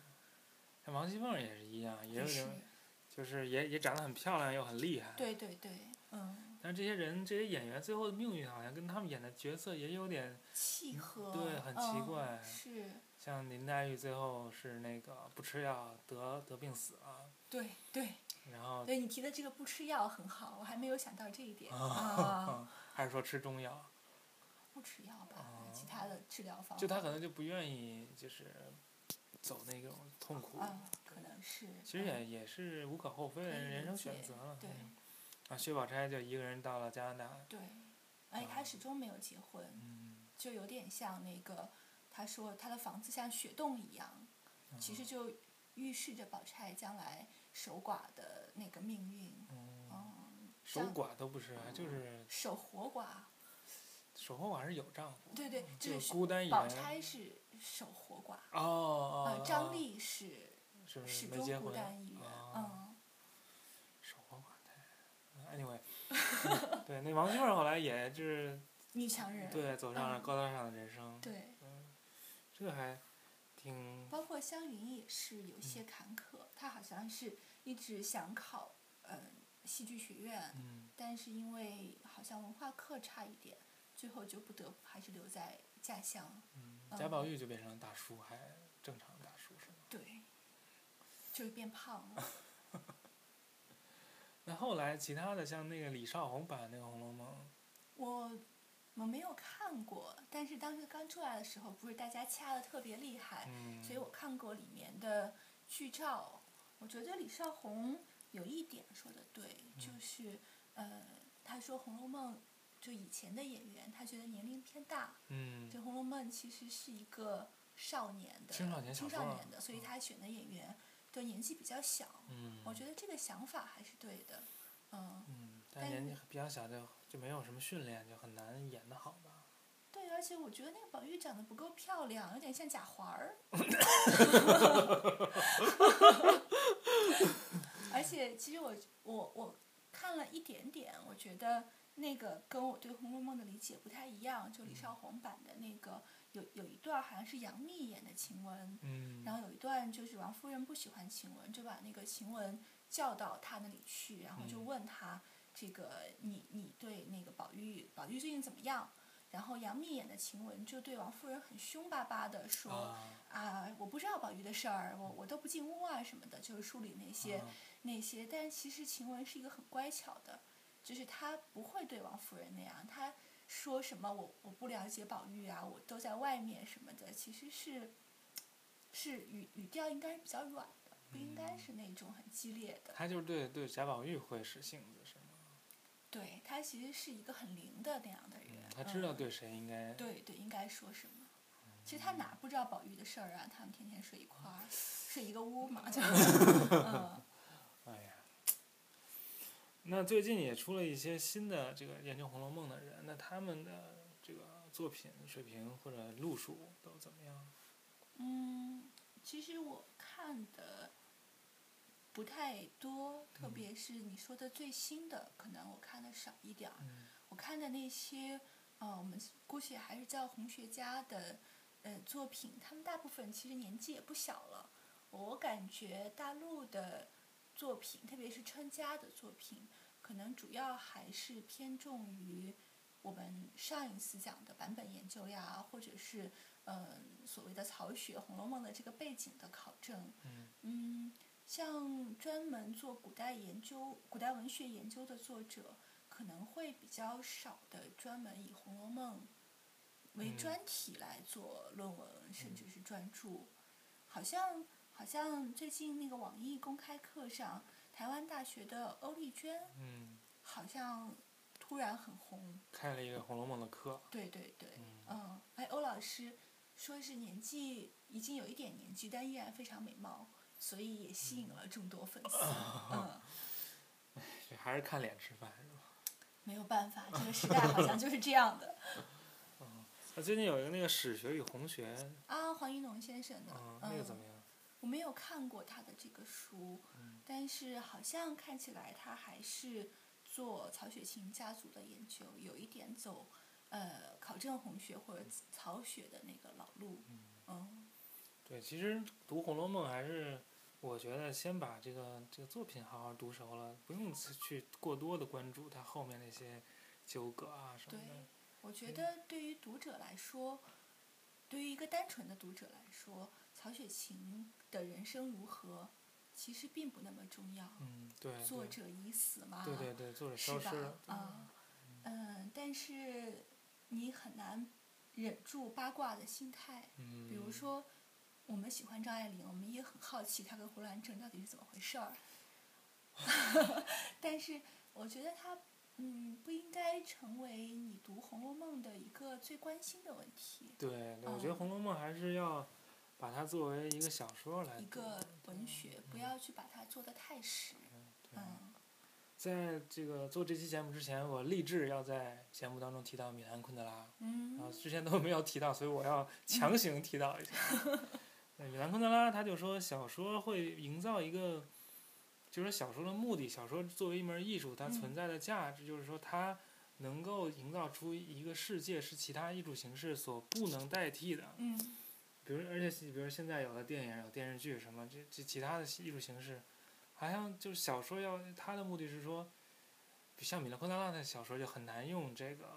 Speaker 1: 像王熙凤也是一样，也有
Speaker 2: 也是
Speaker 1: 人，就是也也长得很漂亮又很厉害。。
Speaker 2: 对对对，嗯，
Speaker 1: 但是这些人，这些演员最后的命运好像跟他们演的角色也有点，
Speaker 2: 契合，
Speaker 1: 嗯对很奇
Speaker 2: 嗯
Speaker 1: 怪
Speaker 2: 是，
Speaker 1: 像林黛玉最后是那个不吃药得得病死了，
Speaker 2: 对对
Speaker 1: 然后
Speaker 2: 对，你提的这个不吃药很好，我还没有想到这一点啊，
Speaker 1: 啊，还是说吃中药，
Speaker 2: 不吃药吧
Speaker 1: 啊，
Speaker 2: 其他的治疗方法，
Speaker 1: 就她可能就不愿意就是走那种痛苦，
Speaker 2: 啊，可能是，
Speaker 1: 其实
Speaker 2: 嗯
Speaker 1: 也也是无可厚非的
Speaker 2: 可以
Speaker 1: 人
Speaker 2: 理
Speaker 1: 生
Speaker 2: 解
Speaker 1: 选择了。
Speaker 2: 对
Speaker 1: 嗯啊，薛宝钗就一个人到了加拿大，
Speaker 2: 对，而且
Speaker 1: 啊
Speaker 2: 她始终没有结婚，
Speaker 1: 嗯，
Speaker 2: 就有点像那个，他说他的房子像雪洞一
Speaker 1: 啊
Speaker 2: 样，
Speaker 1: 嗯
Speaker 2: 其实就预示着宝钗将来守寡的那个命运。
Speaker 1: 嗯
Speaker 2: 嗯，
Speaker 1: 守
Speaker 2: 像
Speaker 1: 寡都不是，啊就是
Speaker 2: 守活寡，
Speaker 1: 守候还是有丈夫，
Speaker 2: 对对，
Speaker 1: 就
Speaker 2: 就是是
Speaker 1: 嗯孤单一
Speaker 2: 宝
Speaker 1: 人。
Speaker 2: 钗是守活寡，
Speaker 1: 哦哦
Speaker 2: 呃，
Speaker 1: 哦，
Speaker 2: 张丽是
Speaker 1: 是不是
Speaker 2: 始
Speaker 1: 没
Speaker 2: 终
Speaker 1: 结
Speaker 2: 孤
Speaker 1: 婚？
Speaker 2: 单一人。
Speaker 1: 哦
Speaker 2: 嗯，
Speaker 1: 守候寡太，anyway，嗯 对，那王熙凤后来也就是
Speaker 2: 女强人。
Speaker 1: 对走上了
Speaker 2: 嗯
Speaker 1: 高大上的人生，
Speaker 2: 对
Speaker 1: 嗯，这还挺
Speaker 2: 包括湘云也是有些坎坷，她好像是一直想考嗯戏剧学院，
Speaker 1: 嗯
Speaker 2: 但是因为好像文化课差一点，最后就不得不还是留在家乡。
Speaker 1: 嗯，贾宝玉就变成了大叔，还正常的大叔是吗？
Speaker 2: 对，就是变胖 了。
Speaker 1: 那后来其他的像那个李少红版那个《红楼梦》，
Speaker 2: 我我没有看过，但是当时刚出来的时候，不是大家掐的特别厉害，
Speaker 1: 嗯，
Speaker 2: 哎所以我看过里面的剧照。我觉得李少红有一点说的对，
Speaker 1: 嗯
Speaker 2: 就是呃，他说《红楼梦》就以前的演员，他觉得年龄偏大，
Speaker 1: 嗯
Speaker 2: 这《红楼梦》其实是一个少年的
Speaker 1: 青少年小
Speaker 2: 青
Speaker 1: 说
Speaker 2: 少
Speaker 1: 啊
Speaker 2: 年的，所以他选的演员的年纪比较小。
Speaker 1: 嗯，
Speaker 2: 我觉得这个想法还是对的，嗯，
Speaker 1: 嗯，但是
Speaker 2: 但
Speaker 1: 年纪比较小就就没有什么训练，就很难演得好吧？
Speaker 2: 对，而且我觉得那个宝玉长得不够漂亮，有点像贾环儿。 而且其实我我我看了一点点，我觉得那个跟我对《红楼梦》的理解不太一样。就李少红版的那个有有一段儿好像是杨幂演的晴雯，
Speaker 1: 嗯，
Speaker 2: 然后有一段就是王夫人不喜欢晴雯，就把那个晴雯叫到她那里去，然后就
Speaker 1: 嗯
Speaker 2: 问她这个你你对那个宝玉，宝玉最近怎么样？然后杨幂演的晴雯就对王夫人很凶巴巴的说啊
Speaker 1: 啊，
Speaker 2: 我不知道宝玉的事儿，我我都不进屋啊什么的，就是书里那些、
Speaker 1: 啊
Speaker 2: 那些。但其实晴雯是一个很乖巧的，就是她不会对王夫人那样，她说什么我我不了解宝玉啊，我都在外面什么的，其实是是语语调应该是比较软的，不应
Speaker 1: 嗯
Speaker 2: 该是那种很激烈的。
Speaker 1: 他就是对对贾宝玉会使性子是吗？
Speaker 2: 对她其实是一个很灵的那样的人，
Speaker 1: 他知道
Speaker 2: 嗯
Speaker 1: 对谁应该，嗯
Speaker 2: 对对应该说什么。其实她哪不知道宝玉的事儿啊？他们天天睡一块儿，睡一个屋 嘛，就嗯，
Speaker 1: 哎呀。那最近也出了一些新的这个研究《红楼梦》的人，那他们的这个作品水平或者路数都怎么样？
Speaker 2: 嗯，其实我看的不太多，特
Speaker 1: 嗯
Speaker 2: 别是你说的最新的，可能我看的少一点儿。
Speaker 1: 嗯
Speaker 2: 我看的那些，呃，我们姑且还是叫红学家的，呃，作品，他们大部分其实年纪也不小了。我感觉大陆的作品，特别是春家的作品，可能主要还是偏重于我们上一次讲的版本研究呀，或者是嗯、呃所谓的曹雪《红楼梦》的这个背景的考证。
Speaker 1: 嗯
Speaker 2: 嗯，像专门做古代研究、古代文学研究的作者，可能会比较少的专门以《红楼梦》为
Speaker 1: 嗯
Speaker 2: 专题来做论文，甚至是专著。好像好像最近那个网易公开课上，台湾大学的欧丽娟
Speaker 1: 嗯
Speaker 2: 好像突然很红。
Speaker 1: 开了一个《红楼梦》的课，
Speaker 2: 对对对，
Speaker 1: 嗯，
Speaker 2: 嗯，哎，欧老师说是年纪已经有一点年纪，但依然非常美貌，所以也吸引了众多粉丝。嗯，
Speaker 1: 这还是看脸吃饭是吧？
Speaker 2: 没有办法，这个时代好像就是这样的。
Speaker 1: 啊，最近有一个那个《史学与红学》，
Speaker 2: 啊，黄一农先生的，
Speaker 1: 嗯，
Speaker 2: 嗯
Speaker 1: 那个怎么样？
Speaker 2: 我没有看过他的这个书，
Speaker 1: 嗯
Speaker 2: 但是好像看起来他还是做曹雪芹家族的研究，有一点走呃考证红学或者曹雪的那个老路。嗯，
Speaker 1: 对，其实读《红楼梦》还是我觉得先把这个这个作品好好读熟了，不用去去过多的关注它后面那些纠葛啊什么
Speaker 2: 对
Speaker 1: 的。
Speaker 2: 我觉
Speaker 1: 嗯
Speaker 2: 得对于读者来说，对于一个单纯的读者来说，曹雪芹的人生如何，其实并不那么重要。
Speaker 1: 嗯，对
Speaker 2: 作
Speaker 1: 对
Speaker 2: 者已死嘛，
Speaker 1: 对对对，作者
Speaker 2: 是
Speaker 1: 消
Speaker 2: 吧
Speaker 1: 失了？。
Speaker 2: 啊，嗯，但是你很难忍住八卦的心态。
Speaker 1: 嗯，
Speaker 2: 比如说，我们喜欢张爱玲，我们也很好奇她跟胡兰成到底是怎么回事儿。 但是我觉得她，嗯，不应该成为你读《红楼梦》的一个最关心的问题，
Speaker 1: 对，对，我觉得《
Speaker 2: 嗯
Speaker 1: 红楼梦》还是要把它作为一个小说来
Speaker 2: 一
Speaker 1: 读。
Speaker 2: 个文学，不要去把它做得太实。
Speaker 1: 对，
Speaker 2: 嗯，
Speaker 1: 在这个做这期节目之前，我立志要在节目当中提到米兰昆德拉。然后
Speaker 2: 嗯，
Speaker 1: 之前啊都没有提到，所以我要强行提到 一下。那米兰昆德拉他就说，小说会营造一个，就是小说的目的，小说作为一门艺术，它
Speaker 2: 嗯
Speaker 1: 存在的价值、就是说它能够营造出一个世界是其他艺术形式所不能代替的。
Speaker 2: 嗯，
Speaker 1: 比如，而且是比如现在有的电影、有电视剧什么，这这其他的艺术形式，好像就是小说要它的目的是说，像米兰昆德拉的小说就很难用这个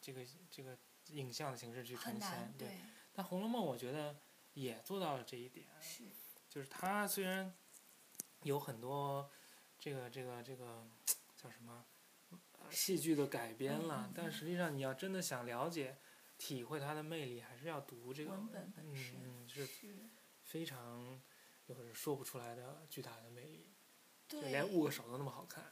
Speaker 1: 这个这个影像的形式去
Speaker 2: 很
Speaker 1: 呈现
Speaker 2: 难，。
Speaker 1: 对，
Speaker 2: 对，
Speaker 1: 但《红楼梦》我觉得也做到了这一点，
Speaker 2: 是，
Speaker 1: 就是它虽然有很多这个这个这个叫什么呃戏剧的改编了，
Speaker 2: 嗯嗯
Speaker 1: 但实际上你要真的想了解、体会它的魅力，还是要读这个
Speaker 2: 文本本
Speaker 1: 嗯
Speaker 2: 身
Speaker 1: 嗯，是
Speaker 2: 是，
Speaker 1: 非常就是说不出来的巨大的魅力，就
Speaker 2: 对，
Speaker 1: 连捂个手都那么好看。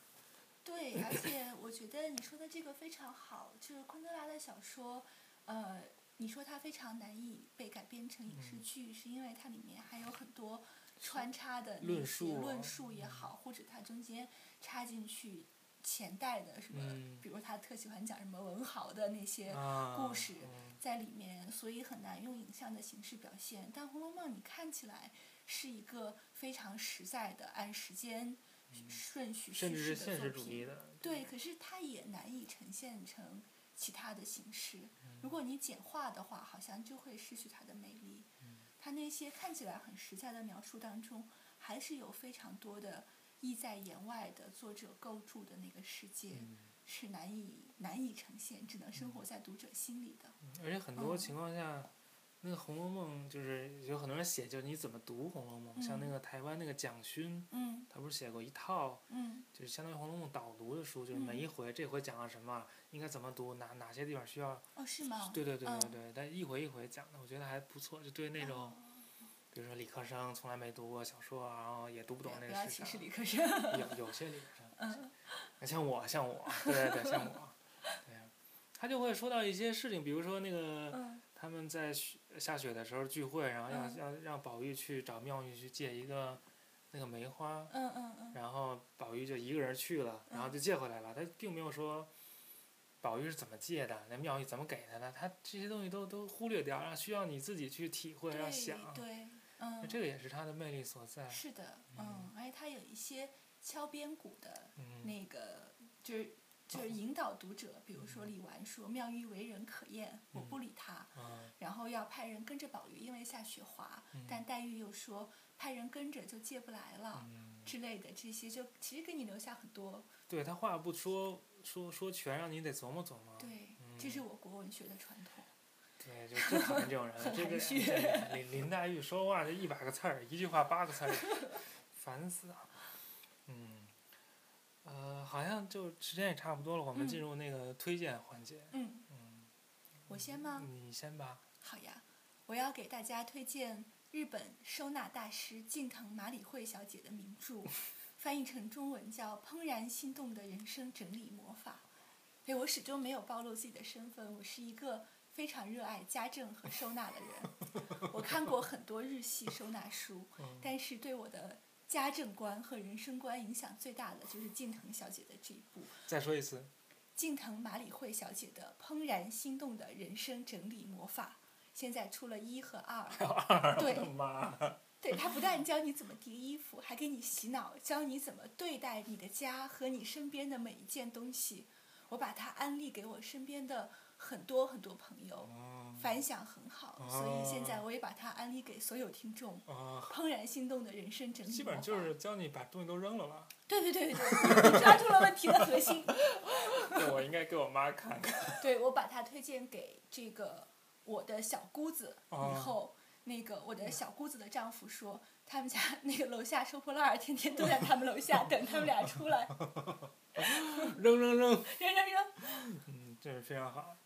Speaker 2: 对，而且我觉得你说的这个非常好，就是昆德拉的小说，呃，你说它非常难以被改编成影视
Speaker 1: 嗯
Speaker 2: 剧，是因为它里面还有很多穿插的那
Speaker 1: 论
Speaker 2: 些
Speaker 1: 述
Speaker 2: 论
Speaker 1: 啊
Speaker 2: 述也好，或者它中间插进去前代的什么，
Speaker 1: 嗯
Speaker 2: 比如他特喜欢讲什么文豪的那些
Speaker 1: 啊，
Speaker 2: 故事
Speaker 1: 嗯
Speaker 2: 在里面，所以很难用影像的形式表现。但《红楼梦》你看起来是一个非常实在的，按时间顺序
Speaker 1: 嗯甚
Speaker 2: 叙
Speaker 1: 至是
Speaker 2: 事的
Speaker 1: 现
Speaker 2: 作
Speaker 1: 实主
Speaker 2: 品。
Speaker 1: 义的，
Speaker 2: 对，可是它也难以呈现成其他的形式。
Speaker 1: 嗯
Speaker 2: 如果你简化的话，好像就会失去它的魅力。
Speaker 1: 嗯
Speaker 2: 它那些看起来很实在的描述当中，还是有非常多的意在言外的作者构筑的那个世界，
Speaker 1: 嗯
Speaker 2: 是难以难以呈现，只能生活在读者心里的。
Speaker 1: 而且很多
Speaker 2: 嗯
Speaker 1: 情况下，那个《红楼梦》就是有很多人写，就是你怎么读《红楼梦》。像那
Speaker 2: 嗯
Speaker 1: 个台湾那个蒋勋，
Speaker 2: 嗯
Speaker 1: 他不是写过一套，
Speaker 2: 嗯
Speaker 1: 就是相当于《红楼梦》导读的书，就是每一回这回讲了什么，应该怎么读，哪哪些地方需要。
Speaker 2: 哦，是吗？
Speaker 1: 对对对对
Speaker 2: 嗯
Speaker 1: 对，但一回一回讲的，我觉得还不错。就对那种，
Speaker 2: 哦
Speaker 1: 比如说理科生从来没读过小说，啊然后也读不
Speaker 2: 不
Speaker 1: 懂
Speaker 2: 要
Speaker 1: 那
Speaker 2: 不
Speaker 1: 个啊
Speaker 2: 要
Speaker 1: 是
Speaker 2: 歧视
Speaker 1: 啥。
Speaker 2: 理科生。 嗯
Speaker 1: 有有些理科生，哎像我像我，对对对，像我，对，啊他就会说到一些事情，比如说那个。
Speaker 2: 嗯
Speaker 1: 他们在雪下雪的时候聚会，然后要
Speaker 2: 嗯
Speaker 1: 要让宝玉去找妙玉去借一个那个梅花，
Speaker 2: 嗯嗯嗯，
Speaker 1: 然后宝玉就一个人去了，然后就借回来了。他并没有说宝玉是怎么借的，那妙玉怎么给他的，他这些东西都都忽略掉，让需要你自己去体会，要想。啊
Speaker 2: 对对，嗯。
Speaker 1: 这个也是它的魅力所在。
Speaker 2: 是的，嗯，而且它有一些敲边鼓的
Speaker 1: 嗯，
Speaker 2: 那个，就是
Speaker 1: 哦
Speaker 2: 就是引导读者，比如说李纨说妙玉为人可厌，我不理她，
Speaker 1: 啊，
Speaker 2: 然后要派人跟着宝玉，因为下雪滑，
Speaker 1: 嗯
Speaker 2: 但黛玉又说派人跟着就借不来了。
Speaker 1: 嗯，
Speaker 2: 之类的这些，就其实给你留下很多
Speaker 1: 对他话不说说说全，让你得琢磨琢磨。
Speaker 2: 对，
Speaker 1: 嗯
Speaker 2: 这是我国文学的传统。
Speaker 1: 对，就最讨厌这种 人了。
Speaker 2: 很
Speaker 1: 这个
Speaker 2: 含蓄
Speaker 1: 这林林黛玉说话就一百个刺儿，一句话八个刺儿，烦死了。嗯，呃，好像就时间也差不多了，我们
Speaker 2: 嗯
Speaker 1: 进入那个推荐环节。
Speaker 2: 嗯，
Speaker 1: 嗯，
Speaker 2: 我先吗？
Speaker 1: 你先吧。
Speaker 2: 好呀，我要给大家推荐日本收纳大师近藤麻里惠小姐的名著《翻译成中文叫《怦然心动的人生整理魔法》。对我始终没有暴露自己的身份，我是一个非常热爱家政和收纳的人。我看过很多日系收纳书，
Speaker 1: 嗯
Speaker 2: 但是对我的家政观和人生观影响最大的就是近藤小姐的这一部
Speaker 1: 再说一次，
Speaker 2: 近藤麻里惠小姐的《怦然心动的人生整理魔法》，现在出了一和 二。对
Speaker 1: 我 的 妈！
Speaker 2: 对，它不但教你怎么叠衣服，还给你洗脑，教你怎么对待你的家和你身边的每一件东西。我把它安利给我身边的很多很多朋友，
Speaker 1: 哦
Speaker 2: 反响很好，所以现在我也把它安利给所有听众。
Speaker 1: 哦
Speaker 2: 怦然心动的人生整理
Speaker 1: 基本上
Speaker 2: 魔
Speaker 1: 就是
Speaker 2: 法
Speaker 1: 教你把东西都扔了吧。
Speaker 2: 对对对对对，你抓住了问题的核心。
Speaker 1: 对，我应该给我妈看看。
Speaker 2: 对，我把它推荐给这个我的小姑子，
Speaker 1: 哦
Speaker 2: 以后那个我的小姑子的丈夫说，他们家那个楼下收破烂儿天天都在他们楼下等他们俩 出来，
Speaker 1: 扔扔扔。
Speaker 2: 扔扔扔。
Speaker 1: 嗯，这是非常好。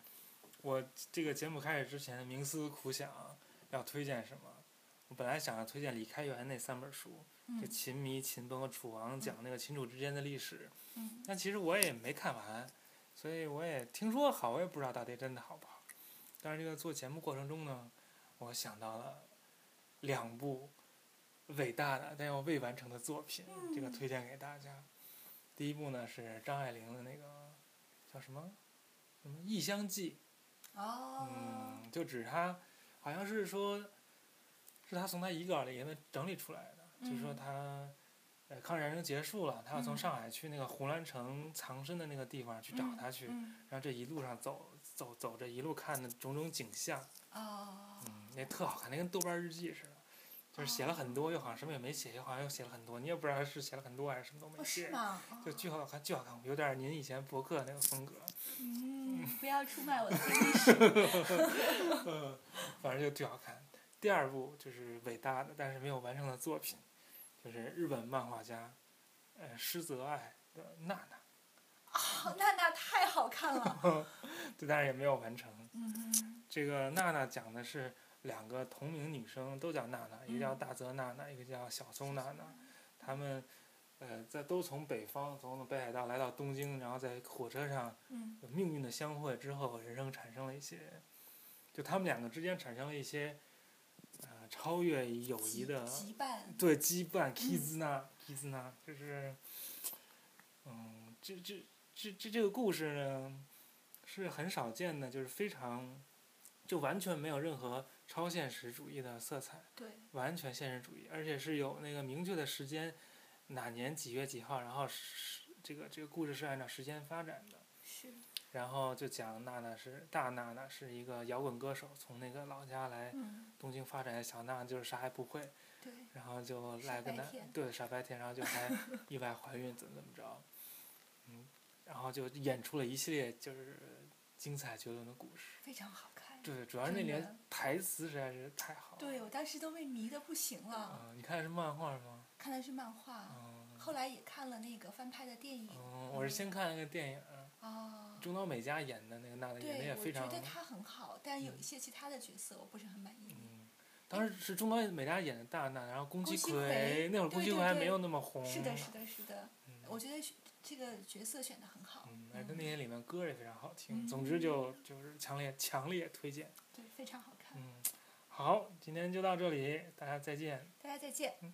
Speaker 1: 我这个节目开始之前冥思苦想要推荐什么，我本来想要推荐李开元那三本书，就《
Speaker 2: 嗯
Speaker 1: 秦迷》《秦崩》和《楚王》，讲那个秦楚之间的历史。
Speaker 2: 嗯，
Speaker 1: 但其实我也没看完，所以我也听说好，我也不知道到底真的好不好。但是这个做节目过程中呢，我想到了两部伟大的但又未完成的作品，这个
Speaker 2: 嗯
Speaker 1: 推荐给大家。第一部呢是张爱玲的那个叫什么什么《异乡记》，
Speaker 2: 哦，
Speaker 1: 嗯，就只是他，好像是说，是他从他遗稿里给他整理出来的，就是说
Speaker 2: 嗯
Speaker 1: 他，呃，抗日战争结束了，他要从
Speaker 2: 嗯
Speaker 1: 上海去那个胡兰成藏身的那个地方去找他去，
Speaker 2: 嗯，
Speaker 1: 然后这一路上走走走着一路看的种种景象，
Speaker 2: 哦，
Speaker 1: 嗯，那特好看，那跟豆瓣日记似的。就是写了很多，又好像什么也没写，又好像又写了很多，你也不知道是写了很多还是什么都没
Speaker 2: 哦是
Speaker 1: 写，
Speaker 2: 吗？
Speaker 1: 就巨好看，巨好看，有点儿您以前博客那个风格。
Speaker 2: 嗯，不要出卖我的黑历史。
Speaker 1: 呃，反正就最好看。第二部就是伟大的但是没有完成的作品，就是日本漫画家，呃，施泽爱的《娜娜
Speaker 2: 哦，娜娜太好 看了。》，
Speaker 1: 对，但是也没有完成。
Speaker 2: 嗯
Speaker 1: 这个娜娜讲的是两个同名女生，都叫娜娜，一个叫
Speaker 2: 嗯
Speaker 1: 大泽娜娜，一个叫小松娜娜，她们，呃，在都从北方，从北海道来到东京，然后在火车上
Speaker 2: 嗯
Speaker 1: 有命运的相会之后，人生产生了一些，就他们两个之间产生了一些，呃，超越友谊的
Speaker 2: 羁绊。
Speaker 1: 对羁绊 k i z n a k i z n a 就是，嗯，这这这这这个故事呢，是很少见的，就是非常，就完全没有任何超现实主义的色彩，
Speaker 2: 对，
Speaker 1: 完全现实主义，而且是有那个明确的时间，哪年几月几号，然后是这个这个故事是按照时间发展的。
Speaker 2: 是。
Speaker 1: 然后就讲娜娜是大娜娜是一个摇滚歌手，从那个老家来
Speaker 2: 嗯，
Speaker 1: 东京发展，小娜就是啥也不会，
Speaker 2: 对。
Speaker 1: 然后就
Speaker 2: 傻
Speaker 1: 来个
Speaker 2: 白
Speaker 1: 男
Speaker 2: 甜
Speaker 1: 对傻白甜，然后就 还意外怀孕怎么怎么着，嗯，然后就演出了一系列就是精彩绝伦的故事。
Speaker 2: 非常好看。
Speaker 1: 对，主要是那
Speaker 2: 真
Speaker 1: 里
Speaker 2: 的
Speaker 1: 面台词实在是太好了。
Speaker 2: 对，我啊当时都被迷的不行了。
Speaker 1: 嗯，你看的是漫画吗？
Speaker 2: 看的是漫画，
Speaker 1: 嗯，
Speaker 2: 啊后来也看了那个翻拍的电影。
Speaker 1: 嗯，我是先看了个电影，
Speaker 2: 啊，
Speaker 1: 中岛美嘉演的那个娜娜演的
Speaker 2: 对，
Speaker 1: 也
Speaker 2: 我
Speaker 1: 非常
Speaker 2: 觉，得他很好，但有
Speaker 1: 嗯
Speaker 2: 一些其他的角色我不是很满意。
Speaker 1: 嗯，当时是中岛美嘉演的大娜，然后宫
Speaker 2: 宫
Speaker 1: 崎
Speaker 2: 崎葵
Speaker 1: 那会儿宫
Speaker 2: 对
Speaker 1: 崎
Speaker 2: 对
Speaker 1: 葵还没
Speaker 2: 对
Speaker 1: 有那么红。
Speaker 2: 是的，是的，是的，
Speaker 1: 嗯
Speaker 2: 我觉得是这个角色选的很好，
Speaker 1: 嗯，而且那些里面歌也非常好听。
Speaker 2: 嗯
Speaker 1: 总之就就是强烈强烈推荐。嗯
Speaker 2: 对，非常好看。
Speaker 1: 嗯，好，今天就到这里，大家再见。
Speaker 2: 大家再见。
Speaker 1: 嗯